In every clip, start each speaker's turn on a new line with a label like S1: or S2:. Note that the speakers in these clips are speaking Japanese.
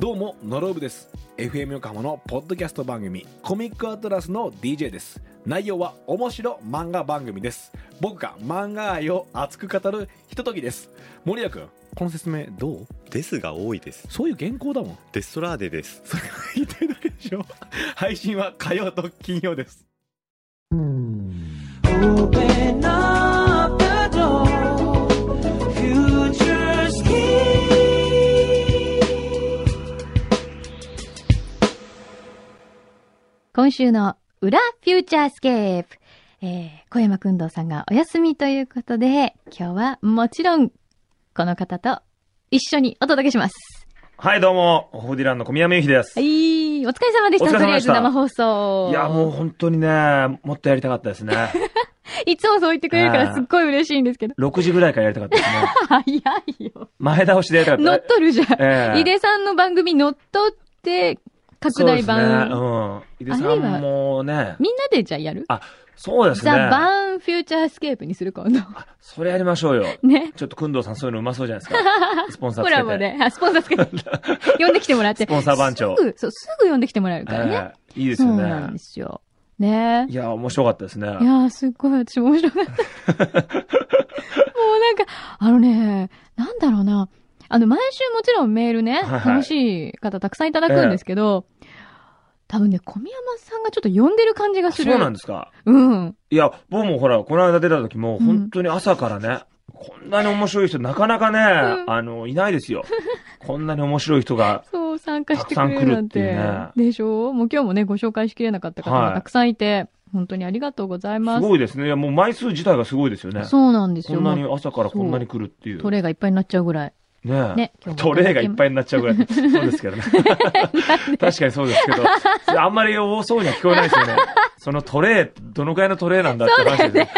S1: どうもノロブです FM 横浜のポッドキャスト番組コミックアトラスの DJ です内容は面白漫画番組です僕が漫画愛を熱く語るひとときです森谷君この説明どう
S2: ですが多いです。
S1: そういう原稿だもん
S2: デストラーデです。
S1: それが言ってるだけでしょ配信は火曜と金曜です
S3: Open up the door, future's key.
S4: 今週の裏フューチャースケープ。えー、小山くんどうさんがお休みということで、今日はもちろん、この方と一緒にお届けします。
S5: はい、どうも、ホーディランの小宮山由紀です。、
S4: はいい、お疲れ様でし
S5: お
S4: た。
S5: 疲れ
S4: とりあえ
S5: 様で
S4: ず
S5: した
S4: 生放送。
S5: や、もう本当にね、もっとやりたかったですね。
S4: いつもそう言ってくれるから
S5: あー
S4: すっごい嬉しいんですけど。
S5: 6時ぐらいからやりたかったで すね。
S4: 早いよ。
S5: 前倒しでやりたかった、ね。
S4: 乗っとるじゃん。
S5: ええ
S4: 井出さんの番組乗っとって、拡大版。
S5: そうですね。うん。井出さんもね、
S4: みんなでじゃあやる、
S5: そうですね。
S4: ザ・バーン・フューチャースケープにする今度。
S5: それやりましょうよ。
S4: ね。
S5: ちょっと、くんどうさんそういうのうまそうじゃな いですか。スポンサー
S4: コ
S5: つけて。
S4: ラボで。あ、スポンサーつ けて。呼んできてもらって。
S5: スポンサー番長
S4: すぐ、そう、すぐ呼んできてもらえるからね。
S5: ええいいです
S4: そ
S5: よ
S4: うなん
S5: ね
S4: で。すよ。ね
S5: いや、面白かったですね。
S4: いやー、すっごい、私面白か った。もうなんか、あのね、なんだろうな。あの、毎週もちろんメールね、
S5: はいはい
S4: 楽しい方たくさんいただくんですけど、多分ね、小宮山さんがちょっと呼んでる感じが
S5: あ
S4: す
S5: そう
S4: る。
S5: なん
S4: で
S5: ですか。
S4: す。うん。
S5: いや、僕もほら、この間出た時も、本当に朝からね、こんなに面白い人、なかなかね、
S4: うん
S5: あの、いないで すよ。こんなに面白い人が、
S4: そう、参加してくれるなんて。
S5: たくさん来るって
S4: でしょもう今日もね、ご紹介しきれなかった方
S5: は
S4: が
S5: い
S4: たくさんいて、本当にありがとうございますす。
S5: ごいですね。いや、もう枚数自体がすごいですよね。
S4: そうなんです
S5: こ
S4: よ。
S5: んなに
S4: もう
S5: 朝からこんなに来るっていう。
S4: トレーがいっぱいになっちゃうぐらい。
S5: ねえ
S4: ね今日も
S5: トレーがいっぱいになっちゃ うぐらい。そうですけどね。確かにそうですけど、あんまり多そうには聞こえないですよね。そのトレー、どのくらいのトレーなんだって話ですね。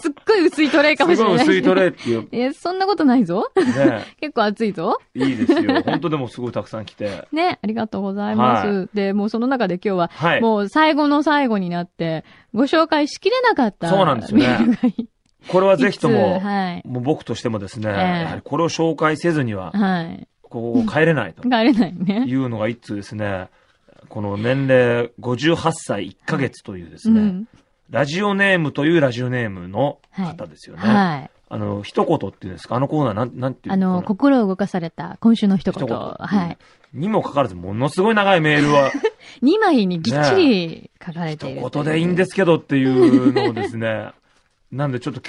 S4: すっごい薄いトレーかも
S5: す
S4: しれ
S5: ご
S4: ないい。
S5: 薄いトレーっていう。
S4: え、そんなことないぞ。
S5: ね
S4: 結構熱いぞ。
S5: いいですよ。本当でもすごいたくさん来て。
S4: ね、ありがとうございます。
S5: は
S4: で、もうその中で今日は、
S5: はい。
S4: もう最後の最後になって、ご紹介しきれなかった。
S5: そうなんですよね
S4: メールがいい
S5: これはぜひとも
S4: つ、はい。
S5: もう僕としてもですね、
S4: ええ
S5: やはりこれを紹介せずには、
S4: はい。
S5: こう、帰れないと
S4: 帰れないね。
S5: いうのが一通ですね、この年齢58歳1ヶ月というですね、
S4: うん。
S5: ラジオネームというラジオネームの
S4: はい
S5: 方ですよね。
S4: はい。
S5: あの、一言っていうんですかあのコーナーなん、なんていう
S4: あの、
S5: こ
S4: 心を動かされた今週の一言。
S5: 一言
S4: はい。
S5: にもかかわらず、ものすごい長いメー ルは、
S4: 2枚にぎっちり書かれている。。
S5: 一言でいいんですすけどっていうのをですね、 なんでちょっと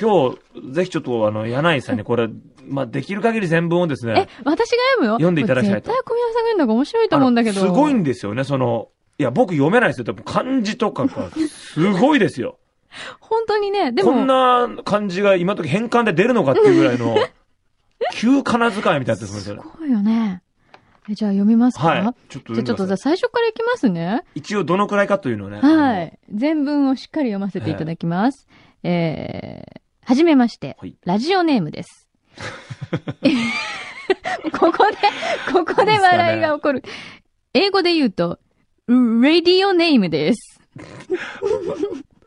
S5: 今日、ぜひちょっとあの、柳井さんにこれ、 まあ、できる限り全文をです
S4: え
S5: ね、、
S4: 私が読むの
S5: 読んでいただきたいと
S4: 絶対小宮さんが読んだ方が面白いと思うんだけど。
S5: あのすごいんですよね、その、いや、僕読めないですよ。多分漢字とかが、すごいですよ。
S4: 本当に ね、でも。
S5: こんな漢字が今時変換で出るのかっていうぐら いの、急仮名遣いみたいになってするんですよね。
S4: すごいよね。えじゃあ読みますか、
S5: はい。ちょっと
S4: じゃあ
S5: 読ん
S4: ち
S5: で
S4: ょっ
S5: くだ
S4: と
S5: さ
S4: じゃあ
S5: い
S4: 最初からいきますね。
S5: 一応どのくらいかというのをね。
S4: は。い。全文をしっかり読ませていただきます。えー、はじめまして、
S5: はい
S4: ラジオネーム です。ここで、ここで笑いが起こる。英語で言うと、ラディオネームです。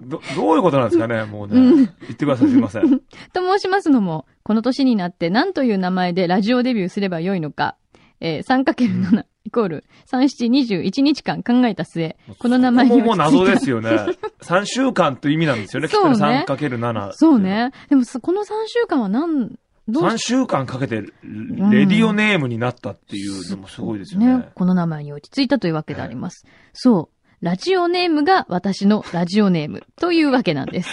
S5: ど、どういうことなんです かね、もうね。
S4: うん
S5: 言ってください、すいません。
S4: と申しますのも、この年になって何という名前でラジオデビューすればよいのか、えー、3×7 イコール3721日間考えた末、 この名前
S5: こ
S4: に
S5: こも
S4: 落ち着い
S5: 謎
S4: た
S5: ですよね。3週間という意味なんですよね、きっとね
S4: そうね
S5: 3×7。
S4: そう。ね。でもそ、この3週間はなん、どう
S5: 3
S4: し
S5: 週間かけて、レレディオネームになったっていうのもすごいですよね。
S4: この名前に落ち着いたというわけであります。そう。ラジオネームが私のラジオネーム というわけなん です。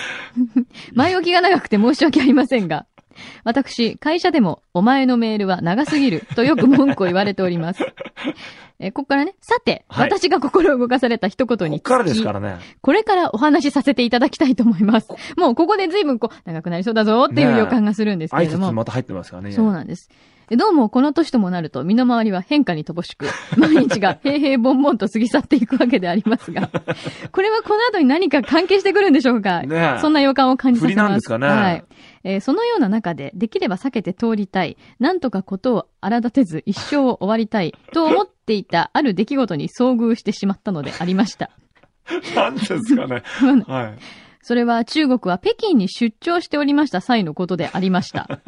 S4: 前置きが長くて申し訳ありませんが、私、会社でもお前のメールは長すぎる とよく文句を言われております。えーここからね、さて、
S5: はい
S4: 私が心を動かされた一言
S5: こ
S4: に
S5: っ
S4: つき
S5: からですからね。
S4: これからお話しさせていただきたいと思います。もうここで随分こう、長くなりそうだぞっていう予感がするんですけ
S5: 挨
S4: れども。
S5: 拶また入ってますからね。
S4: そうなんです。えどうもこの年ともなると身の回りは変化に乏し く、毎日が平々凡々と過ぎ去っていくわけであります が、これはこの後に何か関係してくるんでしょうか
S5: ねえ
S4: そんな予感を感じさせます。
S5: 不利なんですかね
S4: はい。えーそのような中で、できれば避けて通りたい、なんとかことを荒立てず一生を終わりたい、と思っていたある出来事に遭遇してしまったのでありました。
S5: なんですかね。はい。
S4: それは中国は北京に出張しておりました際のことでありました。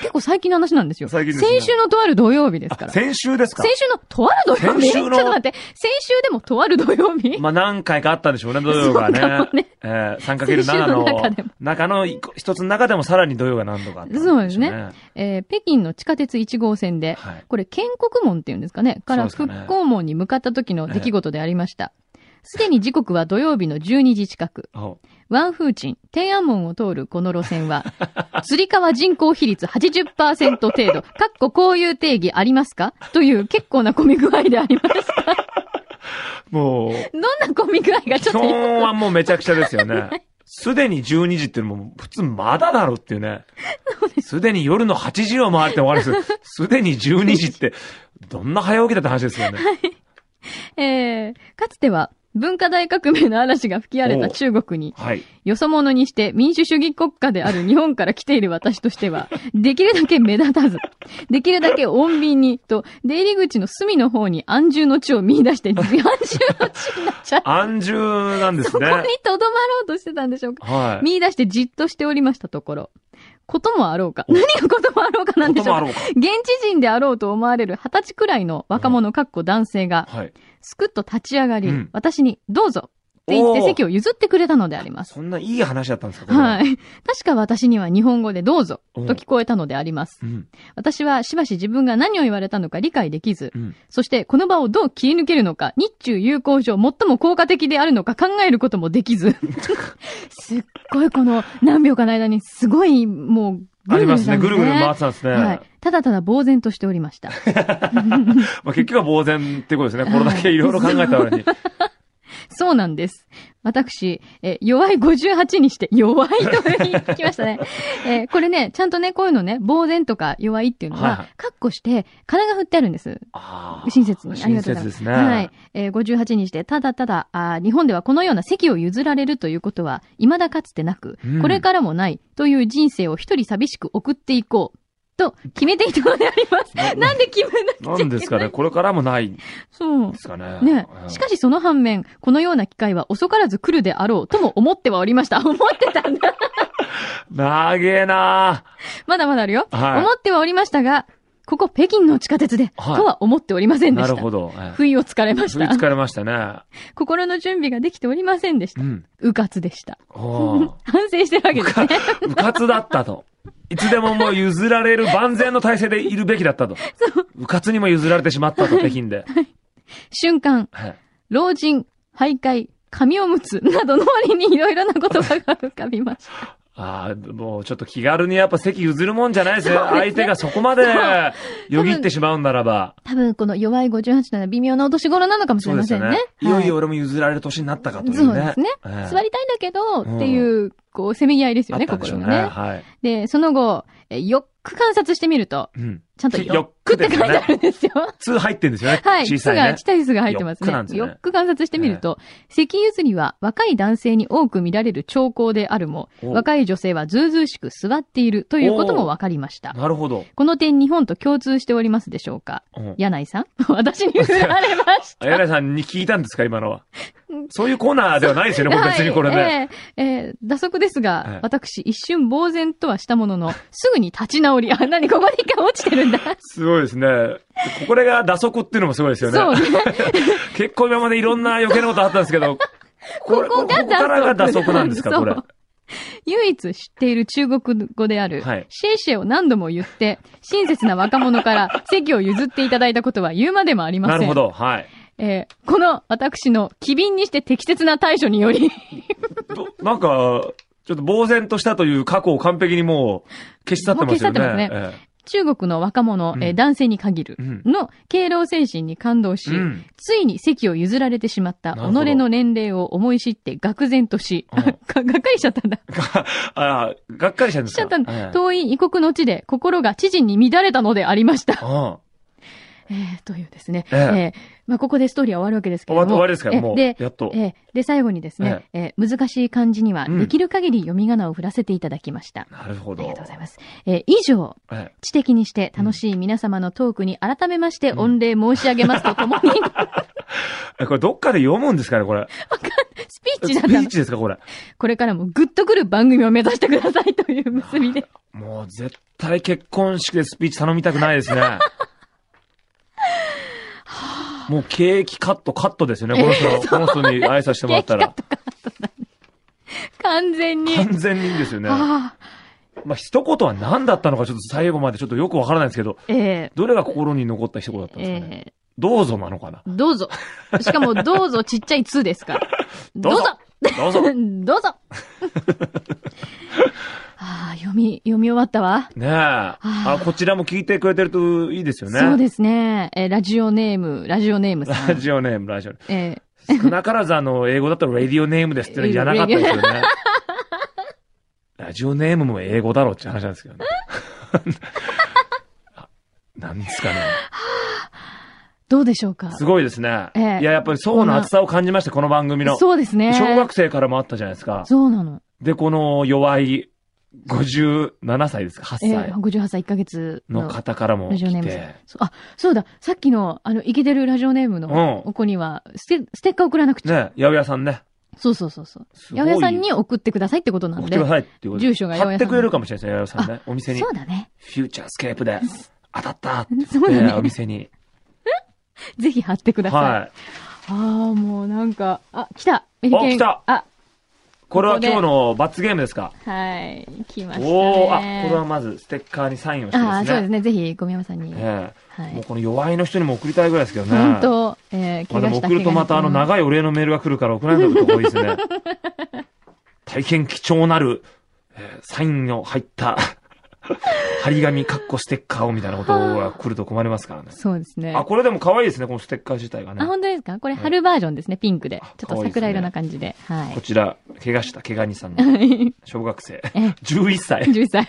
S4: 結構最近の話なんですよ。
S5: 最近ですね
S4: 先週のとある土曜日ですから。先
S5: 先週ですか
S4: 週のとある土曜日
S5: 先
S4: ちょ
S5: 週
S4: っ
S5: の
S4: と待って。先週でもとある土曜 日、
S5: まあ何回かあったんでしょうね、土曜がね。
S4: そうかもね
S5: えー、3×7
S4: 先
S5: の
S4: 週の中でも
S5: 中の一個一つの中でもさらに土曜が何度かあったんしょ
S4: そうでえー北京の地下鉄1号線で、
S5: はい。
S4: これ建国門っていうんですかね、から
S5: そ
S4: 復
S5: うですかね
S4: 興門に向かった時の出来事でありました。すでに時刻は土曜日の12時近く。
S5: お
S4: ワンフーチン、天安門を通るこの路線は、 つり革人口比率80%程度、かっここういう定義ありますかという結構な混み具合でありました。
S5: もう、
S4: どんな混み具合がち
S5: 基
S4: ょっとよ
S5: 本
S4: く
S5: はもうめちゃくちゃですよね。すでに12時ってのも普通まだだろっていうね。すでに夜の8時を回って終わるんですよすでに12時って、どんな早起きだって話ですよね。
S4: えー、かつては、文化大革命の嵐が吹き荒れた中国に、
S5: はい。
S4: よそ者にして民主主義国家である日本から来ている私としては、できるだけ目立たず、できるだけ穏便に、と、出入り口の隅の方に安住の地を見出して、安住の地になっちゃう。
S5: 安住なんで
S4: そ
S5: す
S4: こに
S5: ね。
S4: とどまろうとしてたんでしょうか。
S5: はい。
S4: 見出してじっとしておりましたところ。こともあろうか。何がこともあろうかなんでし
S5: ことも
S4: ょ
S5: あ
S4: う。
S5: ろうか。
S4: 現地人であろうと思われる二十歳くらいの若者、かっこ男性が、
S5: はい。
S4: すくっと立ち上がり、
S5: うん
S4: 私に、どうぞって言って
S5: おー
S4: 席を譲ってくれたのであります。
S5: そんないい話だったんですかこれ
S4: はい。確か私には日本語でどうぞ
S5: お
S4: と聞こえたのであります。
S5: うん。
S4: 私はしばし自分が何を言われたのか理解できず、
S5: うん
S4: そしてこの場をどう切り抜けるのか、日中友好上最も効果的であるのか考えることもでき ず、すっごいこの何秒かの間にすごいもう
S5: あ
S4: ぐる
S5: り
S4: ぐ
S5: ま
S4: る
S5: す
S4: した
S5: ね。
S4: ん
S5: ぐ
S4: です
S5: るぐる回ってたんですね。
S4: はい。ただただ呆然としておりました。
S5: まあ、結局は呆然ってことですね。これだけいろいろ考えた 割に。
S4: そうなんです。私、え、弱い58にして弱いと言ってきま したね。えーこれね、ちゃんとね、こういうのね、呆然とか弱いっていうの
S5: はい
S4: は
S5: はい、
S4: カッコして、殻が振ってあるんです。
S5: あ
S4: 親切に。ありがとうございます。
S5: 親切ですね。
S4: はい。えー58にして、ただただあー、日本ではこのような席を譲られるということは、未だかつてなく、
S5: うん
S4: これからもないという人生を一人寂しく送っていこう。と、決めていたのであります。なんで決めなくちゃいけない
S5: なんですかね。これからもないんで
S4: そう。
S5: すかね。
S4: ね
S5: う、ん
S4: しかしその反面、このような機会は遅からず来るであろうとも思ってはおりました。思 ってたんだ。
S5: 長えな
S4: まだまだあるよ。
S5: はい
S4: 思ってはおりましたが、ここ北京の地下鉄で、
S5: はい
S4: とは思っておりませんで
S5: な
S4: し
S5: る
S4: た。
S5: ほど。ええ
S4: 不意をつかれまし
S5: それ
S4: た。
S5: 疲れましたね。
S4: 心の準備ができておりませんでし
S5: う
S4: た。
S5: ん。
S4: うかつでした。
S5: おー
S4: 反省してるわけですね。
S5: 部活だったと。いつでももう譲られる万全の体制でいるべきだったと。部活にも譲られてしまったと、北京 で。
S4: 瞬間、
S5: はい
S4: 老人、徘徊、紙おむつなどの割にいろいろなことが浮かびま した。
S5: ああ、もうちょっと気軽にやっぱ席譲るもんじゃないですね。相手がそこまでよぎってしまうんならば。
S4: 多分この弱い58なら微妙なお年頃なのかもし
S5: そ
S4: れ
S5: うで
S4: ますせ
S5: よ
S4: ん
S5: ね。
S4: ね。
S5: いよいよ俺も譲られる年になったかというね。
S4: そうですね
S5: ええ
S4: 座りたいんだけど、っていう、こう、せめぎ合いですよね、
S5: あったんでしょ
S4: 心
S5: う
S4: が
S5: ね。
S4: ね。
S5: はい。
S4: で、その後、えよく観察してみると、
S5: うん。
S4: ちゃんとよっくって書いてあるんですよ。
S5: 2入ってんですよね。
S4: はい。
S5: 小
S4: 巣
S5: さい
S4: が、
S5: ね
S4: 来。た巣が入ってますね。
S5: よっくなんですよね
S4: よっく観察してみると、石譲りは若い男性に多く見られる兆候であるも、
S5: お
S4: 若い女性はずうずうしく座っているということも分かりました。
S5: なるほど。
S4: この点日本と共通しておりますでしょうか
S5: うん。
S4: 柳井さん 私に振られまし
S5: あやらさんに聞いたんですか、今のは
S4: うん。
S5: そういうコーナーではないです よ
S4: た。
S5: ね、これ別にこれね。
S4: はいえーえー打足ですが、
S5: はい
S4: 私一瞬呆然とはしたもの の、すぐに立ち直り、あ、なにここで一回落ちてるんだ。
S5: すごいですね。これが打足っていうのもすごいですよね。
S4: そうね。
S5: 結構今までいろんな余計なことあったんですけど、これ
S4: ここが
S5: ここからが
S4: 打
S5: 打
S4: 足
S5: 足なんですか、これ
S4: そ。う唯一知っている中国語である、
S5: はい
S4: シェイシェを何度も言って、親切な若者から 席を譲っていただいたことは言うまでもありませ。
S5: なんるほ。ど。はい。
S4: えーこの私の機敏にして適切な対処により、
S5: どなんか、ちょっと呆然としたという過去を完璧にもう消し去ってますよね。
S4: もう消し去ってま
S5: え
S4: 中国の若者、えー
S5: うん
S4: 男性に限る
S5: え、うん。
S4: の敬老精神に感動し、
S5: うん
S4: ついに席を譲られてしまった
S5: なるほど
S4: 己の年齢を思い知って愕然とし、
S5: うん
S4: ががっかりしちゃったんだ。
S5: ああ、がっかりしたんで
S4: し
S5: す
S4: ち
S5: か
S4: ゃったんだ
S5: ええ
S4: 遠い異国の地で心が知人に乱れたのでありま した。
S5: うん
S4: えー、 というですね。え
S5: ええ
S4: ーまあ、ここでストーリーは終わるわけですけ
S5: 終
S4: れども。
S5: わ終わりですから、
S4: え
S5: もう、
S4: で、
S5: やっと。
S4: えーで、最後にですね、えー難しい漢字には、
S5: うん
S4: できる限り読み仮名を振らせていただきました。
S5: なるほ
S4: あ
S5: ど。
S4: りがとうございます。えー以上、
S5: ええ
S4: 知的にして楽しい皆様のトークに改めまして御礼申し上げますとともに、
S5: えこれどっかで読むんですかね、これ。
S4: スピーチ
S5: ス
S4: だった
S5: ピー
S4: の。
S5: チですか、これ。
S4: これからもグッとくる番組を目指してくださいという結び で。
S5: もう絶対結婚式でスピーチ頼みたくないです ね。もうケーキカットカットですよね、この 人。この人に挨拶してもらったら。
S4: 完全に。
S5: 完全にいいんですよね。
S4: ああ、
S5: まあ、一言は何だったのかちょっと最後までちょっとよくわからないですけど、
S4: ええ
S5: どれが心に残った一言だったんですかね。
S4: ええ
S5: どうぞなの かな
S4: どうぞ。しかも、どうぞちっちゃい2ですから。ど
S5: ど
S4: うぞ
S5: うぞどうぞ
S4: どう ぞああ、読み、読み終わったわ。
S5: ねえ。あ、こちらも聞いてくれてるといいですよね。
S4: そうですね。えーラジオネーム、ラジオネームさん。
S5: ラジオネーム、ラジオネ
S4: え
S5: ーム。少なからずあの、英語だったらラディオネームですっての言わなかったですよね。ラジオネームも英語だろうって話なんですけどね。 あなんですかね。
S4: ーどうでしょうか
S5: すごいですね。
S4: ええ
S5: いや、やっぱり層の厚さを感じました、この番組の。
S4: そうですね。
S5: 小学生からもあったじゃないですか。
S4: そうなの。
S5: で、この弱い57歳ですか、8
S4: えー、
S5: 歳
S4: 58歳1ヶ月の
S5: の方からも
S4: ラジオネ
S5: 来
S4: ームさ
S5: て
S4: ん。。そうあ、そうだ。さっきの、あの、イケてるラジオネームの
S5: うん
S4: 子には、ステステッカー送らなくちゃ。
S5: ね、八百屋さんね。
S4: そうそうそうそう。
S5: す
S4: 八
S5: ごい
S4: 百屋さんに送ってくださいってことな
S5: 送
S4: ん
S5: っ
S4: で
S5: てく。ださいっていうことで
S4: 住所が八百
S5: 貼
S4: 屋さん
S5: ってくれるかもしれないですね、八百屋さんね。お店に。
S4: そうだね。
S5: フューチャースケープで、当たったって言って
S4: そうだね
S5: お店に。
S4: ぜひ貼ってください。
S5: は
S4: ああ、もうなんか、あ、来たメリケン。
S5: お来た
S4: あ、
S5: い。これ
S4: ここ
S5: は
S4: で
S5: 今日の罰ゲームですか
S4: はい、来ました、ね。
S5: おおあ、これはまずステッカーにサインをしてですね。
S4: あーそうですね。ぜひ、小宮山さんに。
S5: え
S4: は
S5: えもう
S4: い。
S5: この弱いの人にも送りたいぐらいですけどね。
S4: 本当、えー、
S5: ま
S4: 怪
S5: あで
S4: 我
S5: も
S4: した
S5: 送るとまたあの
S4: い。
S5: 長いお礼のメールが来るから送らないとこ多いですね。大変貴重なる、えーサインの入った、張り紙、カッコステッカーをみたいなことが来ると困りますからね。
S4: そうですね。
S5: あ、
S4: あ、
S5: これでも可愛いですね、このステッカー自体がね。
S4: 本当ですかこれ春バージョンですね。ピンクで。ちょっと
S5: 可愛いですね
S4: 桜色な感じで。は
S5: こ
S4: い。
S5: ちら、怪我した怪我人さんの、小学生、11歳。
S4: 11歳。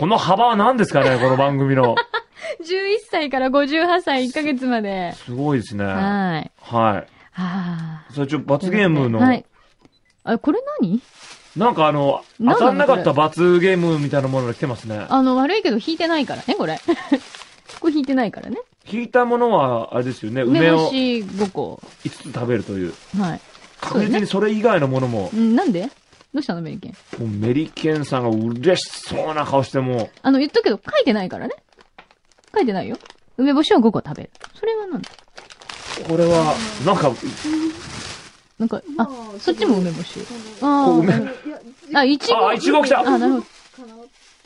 S5: この幅は何ですかね、この番組 の。
S4: 11歳から58歳1ヶ月まで。
S5: すごいですね。は
S4: はい。
S5: い。
S4: あ
S5: それちょ、
S4: あ。
S5: 罰ゲームの、
S4: はい。あ、これ何
S5: なんかあの、
S4: なんなの
S5: 当たんなかった罰ゲームみたいなものが来てますね。
S4: あの、悪いけど引いてないからね、これ。 ここ引いてないからね。
S5: 引いたものは、あれですよね、
S4: 梅
S5: 梅
S4: 干
S5: を
S4: し5個。
S5: 5つ食べるという。
S4: はい。そう
S5: 確
S4: だね
S5: 実にそれ以外のものも、
S4: うんなんでどうしたの、メリケン。
S5: もうメリケンさんが嬉しそうな顔しても
S4: あの、言っとくけど、書いてないからね。書いてないよ。梅干しを5個食べる。それはなんだ
S5: う、これは、なんか、
S4: なんか、あ、そっちも梅干し。あ
S5: こう梅
S4: あ、あ、いちご。
S5: あいちご来た
S4: あ、なるほど。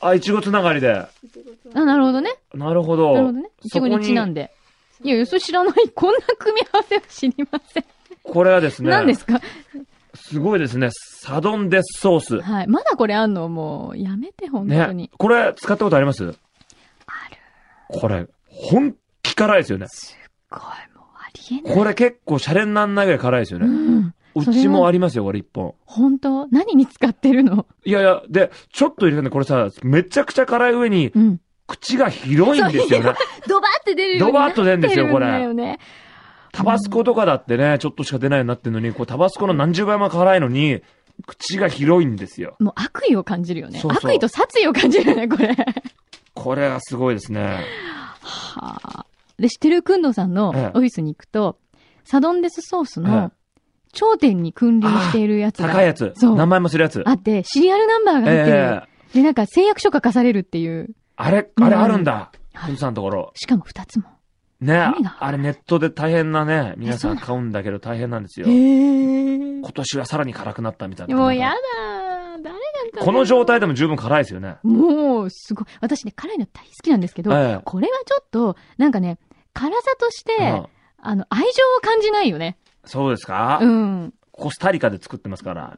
S5: あ、いちごつながりで。
S4: あ、なるほどね。
S5: なるほど。
S4: なるほどね。いちごにちなんで。いや、よそ知らない。 こんな組み合わせは知りません。
S5: これはですね、
S4: 何ですか
S5: すごいですね、サドンデスソース。
S4: はい。まだこれあんのもう、やめて、本当
S5: ね
S4: に。。
S5: これ、使ったことありますある。これ、本気辛いですよね。
S4: これもうありえない。
S5: これ結構シャレになんないぐらい辛いですよ
S4: う
S5: ね。
S4: ん。
S5: う
S4: それは
S5: ちもありますよ、これ一本。
S4: 本当何に使ってるの
S5: いやいや、で、ちょっと入れるね、これさ、めちゃくちゃ辛い上に、
S4: うん。
S5: 口が広いんですよね。
S4: ドバーって出るように
S5: ドバーっと出るんですよ
S4: なって
S5: これ
S4: だよね
S5: タバスコとかだってね、ちょっとしか出ないようになってんのに、こうタバスコの何十倍も辛いのに、口が広いんですよ。
S4: もう悪意を感じるよね。
S5: そうそう
S4: 悪意と殺意を感じるよね、こ れ。
S5: これはすごいですね。
S4: はあ。で、知ってるくんのさんのオ
S5: ええ
S4: フィスに行くと、サドンデスソース
S5: え
S4: の頂点に君臨しているやつ
S5: 高い
S4: が
S5: やつ。
S4: そう
S5: 名前もするやつ。
S4: あって、シリアルナンバーが
S5: え
S4: 入ってる。
S5: え
S4: で、なんか誓約書書かされるっていう。
S5: あれ、あれあるんだ。
S4: はい
S5: ふんさんのところ。
S4: しかも二つも。
S5: ね
S4: 何が
S5: あれネットで大変なね、皆
S4: そう
S5: さん
S4: な
S5: 買うんだけど大変なんですよ。
S4: へえ。
S5: 今年はさらに辛くなったみたいな。
S4: もうやだー。誰が買う
S5: この状態でも十分辛いですよね。
S4: もう、すごい。私ね、辛いの大好きなんですけど、
S5: ええ
S4: これはちょっと、なんかね、辛さとして、
S5: うん
S4: あの、愛情を感じないよね。
S5: そうですか、
S4: うん。
S5: コスタリカで作ってますから。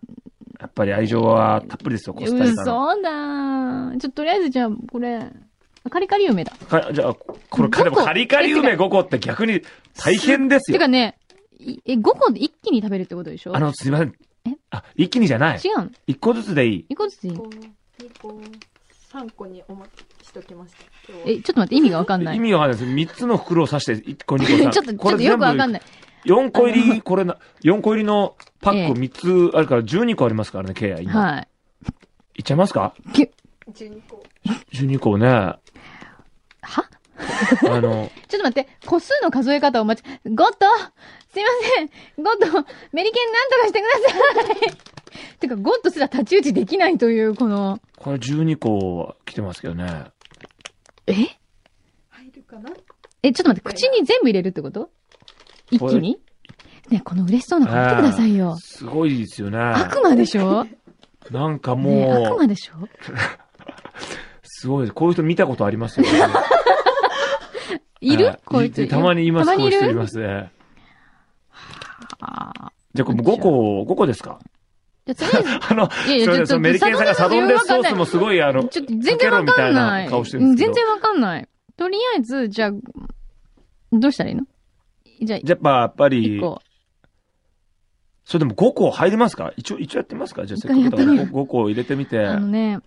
S5: やっぱり愛情はたっぷりですよ、コスタリカの。
S4: 嘘だーちょっととりあえずじゃあ、これ、カリカリ梅だ。
S5: かじゃあ、これ、
S4: 五個
S5: でもカリカリ梅5個って逆に大変です
S4: て
S5: よ。
S4: かね、いえ、5個で一気に食べるってことでしょ
S5: あの、すいません
S4: え。
S5: あ、一気にじゃない
S4: 違。うの
S5: 一個ずつでいい。
S4: 一個ずついい
S6: こう2個3個におまけしときました今日は
S4: え、ちょっと待って、意味がわかんな
S5: 意
S4: い。
S5: 味わかんないです。三つの袋を刺して、一個、二個
S4: ちょ
S5: さ。
S4: っと、ちょっとよくわかんないい。
S5: 4個入り、これな、4個入りのパック
S4: ええ
S5: 三つあるから12個ありますからね、ケイヤ今。
S4: はい
S5: っちゃいますか
S4: い。きゅ
S6: 12個
S5: ?12 個ね。
S4: は
S5: あの、
S4: ちょっと待って、個数の数え方を間違、ゴッドすいませんゴッドメリケンなんとかしてください てか、ゴッドすら太刀打ちできないという、この、
S5: これ12個は来てますけどね。
S4: え
S6: 入るかな
S4: え、ちょっと待って、口に全部入れるってこと一気にねえこの嬉しそうな顔見てくださいよ。
S5: すごいですよね。
S4: 悪魔で しょ
S5: なんか
S4: ねえ
S5: も
S4: 悪
S5: う、
S4: 魔でしょ
S5: すごいです。こういう人見たことありますよね。
S4: い
S5: え
S4: る
S5: え
S4: こいつ。
S5: たまにいます、
S4: たま
S5: こ
S4: にい
S5: うい
S4: う
S5: 人い
S4: る
S5: ますね。
S4: あー
S5: じゃあ、これ5個、5個ですか
S4: じゃあ、とりあえず、
S5: あの、
S4: いやい
S5: す
S4: やち
S5: いませ
S4: ょ
S5: ん、そのメリケンさんがサドンデスソースもすごい、あの、
S4: ちょっと全然わかんな
S5: かけろみたい
S4: い。
S5: な顔してるんですけど
S4: 全然わかんない。とりあえず、じゃあ、どうしたらいいのじゃあ、
S5: じゃあ、やっぱり
S4: 一、個。
S5: それでも5個入りますか一応、一応やってみますかじゃあ、せっかくだから
S4: 一回やってみ
S5: 5, 個入れてみて
S4: あ。のね、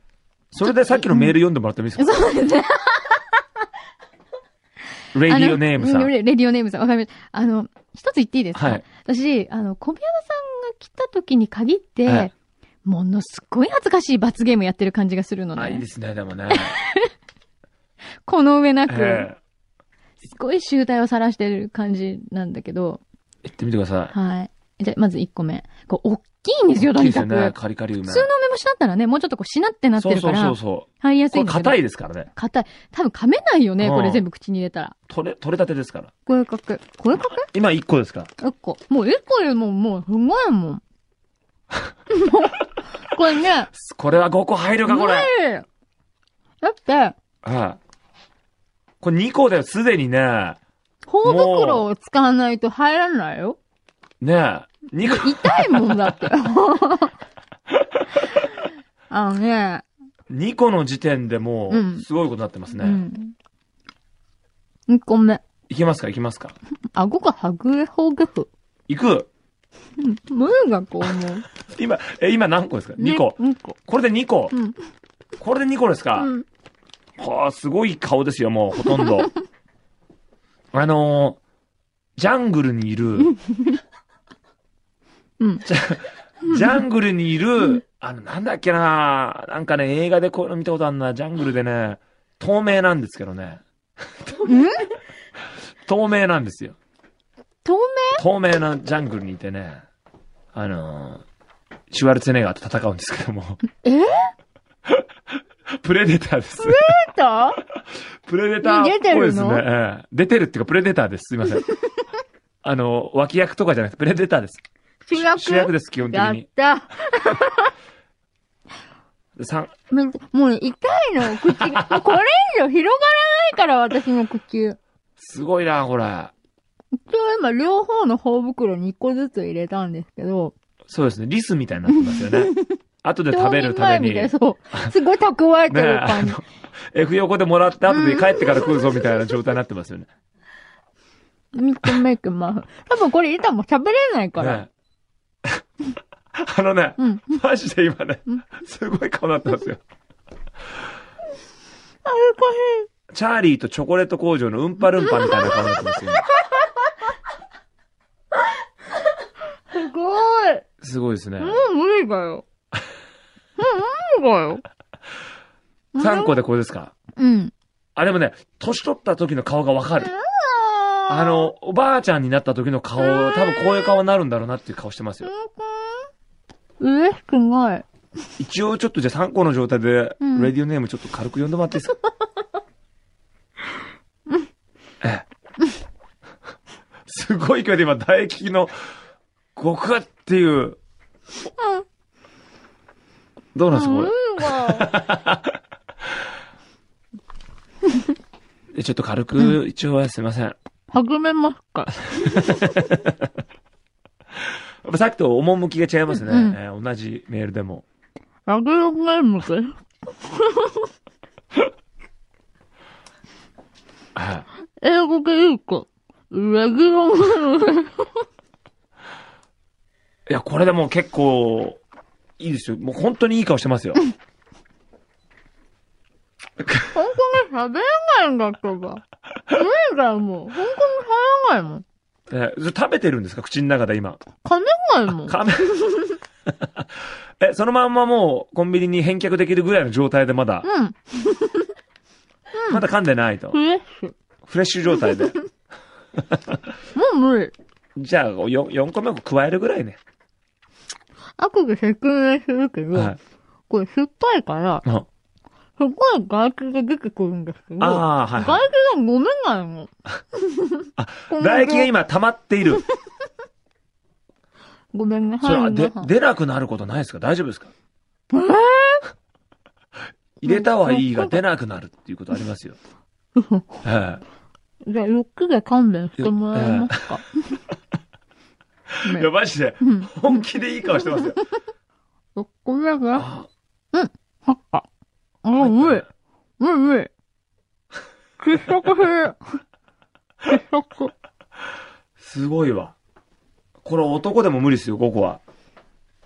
S5: それでさっきのメール読んでもらってもいいですか
S4: そうですね。
S5: レデ
S4: あの
S5: ィオネームさ
S4: うん
S5: ん。
S4: レレディオネームさん。わかりました。あの、一つ言っていいですか、
S5: はい
S4: 私、あの、小宮山さんが来た時に限って、
S5: はい
S4: ものすごい恥ずかしい罰ゲームやってる感じがするの
S5: あ、いい
S4: ね
S5: で。すね、で もね。
S4: この上なく、
S5: ええ
S4: すごい集大を晒してる感じなんだけど、
S5: 行ってみてください。
S4: はい。じゃあ、まず1個目。こう、大きいんですよ、と
S5: 大きい
S4: に
S5: です
S4: か
S5: よ
S4: く。
S5: ね、カリカリ梅。
S4: 普通の梅干しだったらね、もうちょっとこう、しなってなってるから、
S5: そうそうそうそう。
S4: 入りやす
S5: こ
S4: いん
S5: れ
S4: だけど。
S5: 硬いですからね。
S4: 硬い。多分噛めないよね、
S5: うん
S4: これ全部口に入れたら。
S5: 取れ、取れたてですから。
S4: こういう角。こういう角
S5: 今1個ですか
S4: ?1 個。もう1個よりも、もう、すごいもん。も うこれね、
S5: これは5個入るか、これ。
S4: 無理だって、
S5: はい。これ2個だよ、すでにね。
S4: 頬袋を使わないと入らないよ。
S5: ねえ。2個、
S4: 痛いもんだ って。あのね、
S5: 2個の時点でも
S4: うん
S5: う、すごいことになってます
S4: う
S5: ね。
S4: ん。2個目。
S5: いけますかいけますか
S4: 顎がはぐれほぐふ。
S5: いく
S4: 無がこう 思う。
S5: 今、え、今何個ですか ?2 個。
S4: 2個。
S5: これで2個
S4: うん。
S5: これで2個ですか
S4: うん。
S5: はあ、すごい顔ですよ、もう、ほとんど。 あのー、ジャングルにいる、
S4: うん。
S5: ジャングルにいる、あの、なんだっけななんかね、映画でこういうの見たことあるな、ジャングルでね、透明なんですけどね。 透明なんですよ。
S4: 透明
S5: 透明なジャングルにいてね、あのーシュワルツェネッガーと戦うんですけども。
S4: え
S5: プレデターです。
S4: だ
S5: プレデターっぽいですね。
S4: 出てる
S5: ええ出てるっていうか、プレデターです。す いません。あの、脇役とかじゃなくて、プレデターです。
S4: 主役
S5: 主役です、基本的
S4: やっ
S5: に。
S4: た。
S5: でさん
S4: めもう痛いの、口。これ以上広がらないから、私の口。一
S5: すごいな、これ。
S4: 応今、両方の頬袋2個ずつ入れたんですけど。
S5: そうですね、リスみたいになってますよ ね。後で食べ
S4: 商
S5: るため
S4: 品前み
S5: に。
S4: いそう。すごい蓄えて
S5: ね
S4: る
S5: あ
S4: 感じ。
S5: の、F 横でもらって後で帰ってから食うぞみたいな状態になってますよね。
S4: ミックメイクマフ。多分これ、板も喋れないから。
S5: ね あのね、
S4: うん。
S5: マジで今ね、すごい顔になってますよ。チャーリーとチョコレート工場のうんぱるんぱみたいな顔になってますよ、ね。
S4: すごい。
S5: すごいですね。
S4: もう無理だ よ。もう無理だよ。
S5: 3個でこれですか
S4: うん。
S5: あ、でもね、年取った時の顔がわかる。あの、おばあちゃんになった時の顔、多分こういう顔になるんだろうなっていう顔してますよ。
S4: 嬉しくない。
S5: 一応ちょっとじゃあ3個の状態で、
S4: うん
S5: レディオネームちょっと軽く読んでもらっていいですかええ。すごい勢いで今、唾液の、ごくっていう。どうなんですかこれ
S4: うんが。
S5: え。ちょっと軽く、一応はすいません。や
S4: はぐめますか。
S5: っぱさっきと趣が違いますね。
S4: うん
S5: ええ同じメールでも。
S4: ラグロゲームです。
S5: はい
S4: 英語で言うと、ラグロゲーム。
S5: いや、これでもう結構、いいですよ。もう本当にいい顔してますよ。
S4: 本当に喋れないんだけど。無理だよ、もう。本当に喋れないもん。
S5: ええそれ食べてるんですか口の中で今。
S4: 噛めないもん。
S5: 仮面 え、そのまんまもうコンビニに返却できるぐらいの状態でまだ、
S4: うん。
S5: まだ噛んでないと。
S4: フレッシュ。
S5: フレッシュ状態で。
S4: もう無理。
S5: じゃあ、4, 四個目を加えるぐらいね。
S4: あとで説明するけど、
S5: はい。
S4: これ酸っぱいから、
S5: あ
S4: すごいガーキが出てくるんですけど、
S5: あー、はい
S4: ガ
S5: は
S4: ー
S5: い。
S4: キが飲めないの。
S5: あ
S4: ごめん
S5: 唾液が今溜まっている。
S4: ごめんね、
S5: それは、で
S4: 皆さ、ん
S5: 出なくなることないですか大丈夫ですか
S4: えー
S5: 入れたはいいが出なくなるっていうことありますよ。え
S4: じゃあ、ゆっくり勘弁してもらえますか。
S5: え
S4: ね
S5: いや、マジで、
S4: うん。
S5: 本気でいい顔してますよ。
S4: ゆっくりだけ。は
S5: あ
S4: っか。あ、無理。無理無理。窒息する。窒息。
S5: すごいわ。これ男でも無理ですよ、ここは。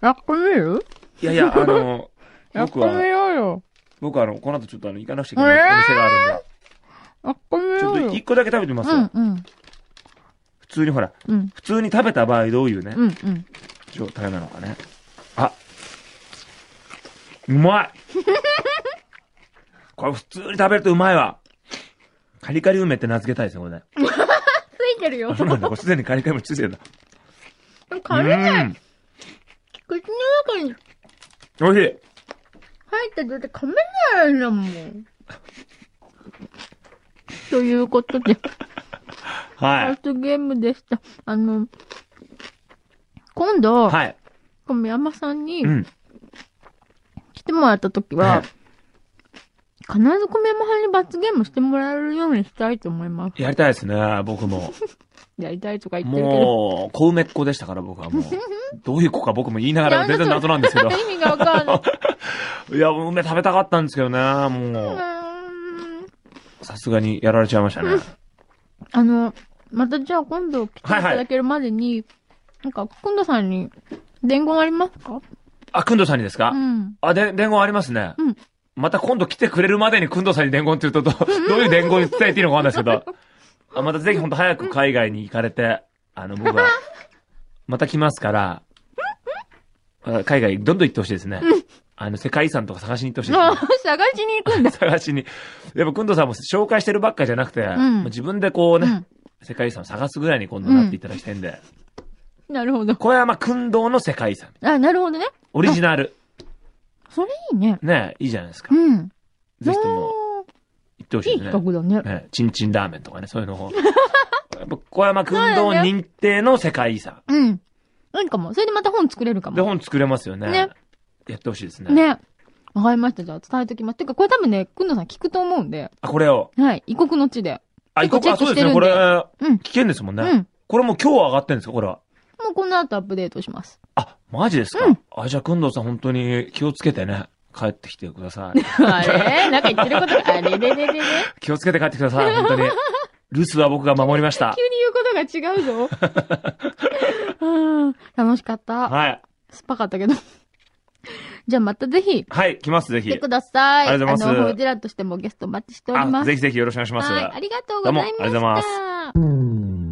S4: やってみる
S5: いやい や、あの、
S4: やってみ
S5: 僕
S4: よ
S5: は、
S4: うよ。
S5: 僕はあの、この後ちょっとあの、行かなくちゃいけないお店があるんで、
S4: やってみ
S5: ちょ
S4: よう
S5: っと
S4: よ
S5: 一。個だけ食べてみます
S4: う
S5: よ
S4: ん。うん。
S5: 普通にほら、
S4: うん。
S5: 普通に食べた場合どういうね、
S4: うんうん。
S5: 状態なのかね。あ、うま いこれ普通に食べるとうまいわ。カリカリ梅って名付けたいですよ、これね。
S4: ついてるよ
S5: あ、。そうなんだ、これすでにカリカリ梅ついてるんだ。
S4: カレー
S5: うん
S4: 口の中に
S5: 美味しい。
S4: 入って出て噛めないんだもん。ということで。
S5: は
S4: アウ
S5: い。
S4: トゲームでした。あの、今度、
S5: はい。
S4: 米山さんに
S5: うん。
S4: 来てもらった時は、
S5: はい
S4: 必ず米山さんに罰ゲームしてもらえるようにしたいと思います。
S5: やりたいですね、僕 も。
S4: やりたいとか言ってるけど。
S5: もう、小梅っ子でしたから、僕はもう。どういう子か僕も言いながら全然謎なんですけ ど。
S4: 意味がわかんない。
S5: いや、梅食べたかったんですけどね、もう。
S4: うーん
S5: さすがにやられちゃいましたね。
S4: あの、またじゃあ今度来ていただけるまでに、なんか、今度さんに伝言ありますか
S5: あ、くんどさんにですか
S4: うん。
S5: あ、で、伝言ありますね。
S4: うん
S5: また今度来てくれるまでにくんどさんに伝言って言うと、ど どういう伝言に伝えていいのかわかんないですけ ど。あまたぜひほんと早く海外に行かれて、あの、僕 は、また来ますから、あ海外どんどん行ってほしいですね。あの、世界遺産とか探しに行ってほしいです、
S4: あ
S5: ね。
S4: ー探しに行くんだ。
S5: 探しに。やっぱ、くんどさんも紹介してるばっかじゃなくて、
S4: ん
S5: 自分でこうね、
S4: うん
S5: 世界遺産を探すぐらいに今度なっていただきたいんで。
S4: なるほど。
S5: これはまあ、くんどの世界遺産。
S4: あ、なるほどね。
S5: オリジナル。
S4: それいいね。
S5: ねいいじゃないですか。
S4: うん。
S5: ぜひとも行ってほ
S4: い
S5: しい
S4: い
S5: ですね。
S4: 企画だね。
S5: ね、チンチンラーメンとかね、そういう のを。やっぱ小山くんど認定の世界遺産。
S4: うん。いいかも。それでまた本作れるか
S5: で、
S4: も。
S5: 本作れますよね。
S4: ね
S5: やってほしいですね。
S4: ね。わかりました。じゃあ伝えときます。てか、これ多分ね、くんのさん聞くと思うんで。
S5: あ、これを。
S4: はい。異国の地で。
S5: あ、
S4: 結構
S5: 行こうか。
S4: チェッ
S5: そ
S4: ク
S5: う
S4: し
S5: です
S4: てるんで
S5: ね。これ、
S4: うん
S5: 危険ですもんね。
S4: うん。
S5: これもう今日上がってるんですか、これは。
S4: もうこの後アップデートし ます。
S5: あ、マジですか、
S4: うん
S5: あ、じゃあ、くんどさん本当に気をつけてね。帰ってきてください。
S4: あれなんか言ってることが、あれれれれれれ
S5: 気をつけて帰ってください、本当に。留守は僕が守りまし た
S4: 急。に言うことが 違うぞ。うん。楽しかった。
S5: はい。
S4: 酸っぱかったけど。じゃあまたぜひ、
S5: はい、来ます、ぜ
S4: 来て
S5: ひ。
S4: ください。
S5: ありがとうございます
S4: あの、ホジラとしてもゲストお待ちしておりま
S5: あ、
S4: ます。
S5: ぜひぜひよろしくお願いします。
S4: はい。ありがとうございました。
S5: どうもありがと
S4: ます。
S5: うござい
S2: うん